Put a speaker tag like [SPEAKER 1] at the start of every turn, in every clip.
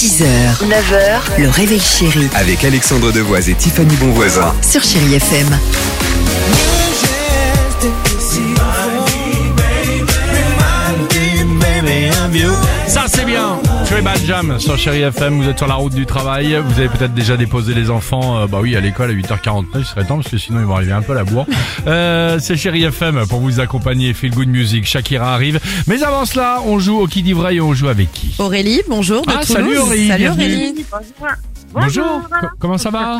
[SPEAKER 1] 6h, 9h, le réveil chéri
[SPEAKER 2] Avec Alexandre Devoise et Tiffany Bonvoisin.
[SPEAKER 1] sur Chérie FM.
[SPEAKER 3] Ça c'est bien Tu es Bad Jam sur Chéri FM, vous êtes sur la route du travail, vous avez peut-être déjà déposé les enfants, euh, bah oui à l'école à 8h49, il serait temps parce que sinon ils vont arriver un peu à la bourre. Euh, c'est Chéri FM pour vous accompagner, Feel Good Music, Shakira arrive. Mais avant cela, on joue au qui dit vrai et on joue avec qui
[SPEAKER 4] Aurélie, bonjour de
[SPEAKER 3] Ah,
[SPEAKER 4] Toulouse.
[SPEAKER 3] salut Aurélie,
[SPEAKER 4] Salut
[SPEAKER 3] bienvenue.
[SPEAKER 4] Aurélie.
[SPEAKER 3] Co- Comment ça va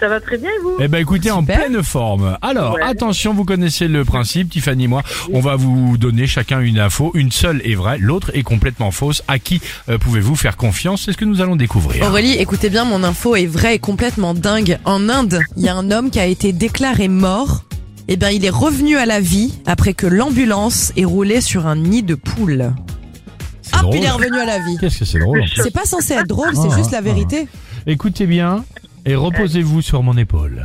[SPEAKER 5] Ça va très bien et vous
[SPEAKER 3] Eh ben écoutez, en
[SPEAKER 4] Super.
[SPEAKER 3] pleine forme. Alors
[SPEAKER 5] Ouais.
[SPEAKER 3] attention, vous connaissez le principe, Tiffany et moi, on va vous donner chacun une info, une seule est vraie, l'autre est complètement fausse. À qui euh, pouvez-vous faire confiance C'est ce que nous allons découvrir.
[SPEAKER 4] Aurélie, écoutez bien, mon info est vraie et complètement dingue. En Inde, il y a un homme qui a été déclaré mort. Eh bien, il est revenu à la vie après que l'ambulance ait roulé sur un nid de poule.
[SPEAKER 3] C'est
[SPEAKER 4] Hop,
[SPEAKER 3] Ah, drôle.
[SPEAKER 4] il est revenu à la vie.
[SPEAKER 3] Qu'est-ce que c'est drôle
[SPEAKER 4] C'est pas censé être drôle, c'est
[SPEAKER 3] Ah,
[SPEAKER 4] juste la
[SPEAKER 3] ah.
[SPEAKER 4] vérité.
[SPEAKER 3] Écoutez bien et reposez-vous sur mon épaule.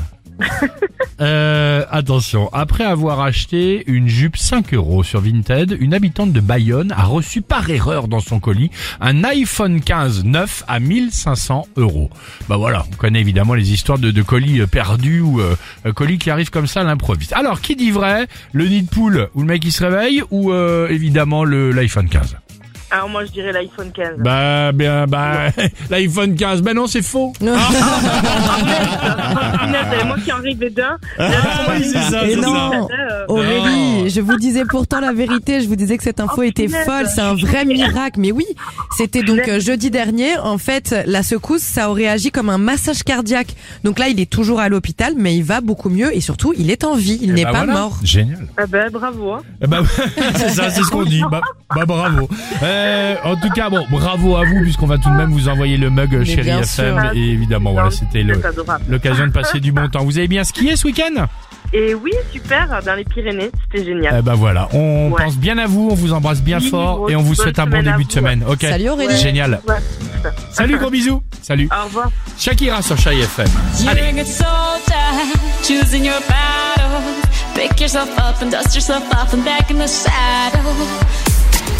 [SPEAKER 3] Euh, attention, après avoir acheté une jupe 5 euros sur Vinted, une habitante de Bayonne a reçu par erreur dans son colis un iPhone 15 neuf à 1500 euros. Bah voilà, on connaît évidemment les histoires de, de colis euh, perdus ou euh, euh, colis qui arrivent comme ça à l'improviste. Alors, qui dit vrai Le nid de poule ou le mec qui se réveille ou euh, évidemment le- l'iPhone 15
[SPEAKER 5] Alors Ah, moi je dirais l'iPhone 15.
[SPEAKER 3] Bah, bien, bah, l'iPhone 15, bah non, c'est faux
[SPEAKER 5] Punaise, moi qui en rêvais d'un. Ah
[SPEAKER 3] oui, c'est ça,
[SPEAKER 4] Et non,
[SPEAKER 5] euh,
[SPEAKER 4] Aurélie, Oh, je vous disais pourtant la vérité, je vous disais que cette info
[SPEAKER 5] Oh,
[SPEAKER 4] était
[SPEAKER 5] punaise.
[SPEAKER 4] folle, c'est un vrai miracle. Mais oui, c'était donc euh, jeudi dernier, en fait, la secousse, ça aurait agi comme un massage cardiaque. Donc là, il est toujours à l'hôpital, mais il va beaucoup mieux et surtout, il est en vie, il n'est
[SPEAKER 3] Bah
[SPEAKER 4] pas
[SPEAKER 3] voilà.
[SPEAKER 4] mort.
[SPEAKER 3] Génial.
[SPEAKER 5] Ah bah bravo. hein.
[SPEAKER 3] Eh ben, c'est ça, c'est ce qu'on dit. Bah, bah, bravo. Euh, en tout cas, bon, bravo à vous, puisqu'on va tout de même vous envoyer le mug euh,
[SPEAKER 4] Mais
[SPEAKER 3] Chéri
[SPEAKER 4] bien
[SPEAKER 3] FM.
[SPEAKER 4] sûr.
[SPEAKER 3] Et évidemment, voilà, c'était le-
[SPEAKER 5] C'est adorable.
[SPEAKER 3] l'occasion de passer du bon temps. Vous avez bien skié ce week-end
[SPEAKER 5] Et oui, super, dans les Pyrénées, c'était génial.
[SPEAKER 3] Eh ben voilà, on
[SPEAKER 5] Ouais.
[SPEAKER 3] pense bien à vous, on vous embrasse bien
[SPEAKER 5] Oui,
[SPEAKER 3] fort
[SPEAKER 5] grosse-
[SPEAKER 3] et on vous
[SPEAKER 5] bonne
[SPEAKER 3] souhaite un bon
[SPEAKER 5] semaine à
[SPEAKER 3] début de
[SPEAKER 5] vous.
[SPEAKER 3] semaine. Ok.
[SPEAKER 4] Salut Aurélie.
[SPEAKER 3] Génial.
[SPEAKER 5] Ouais.
[SPEAKER 3] Salut, gros bisous. Salut.
[SPEAKER 5] Au revoir.
[SPEAKER 3] Shakira sur Chéri FM. Allez.
[SPEAKER 6] You get so tired, choosing your battles. Pick yourself up and dust yourself off and back in the saddle.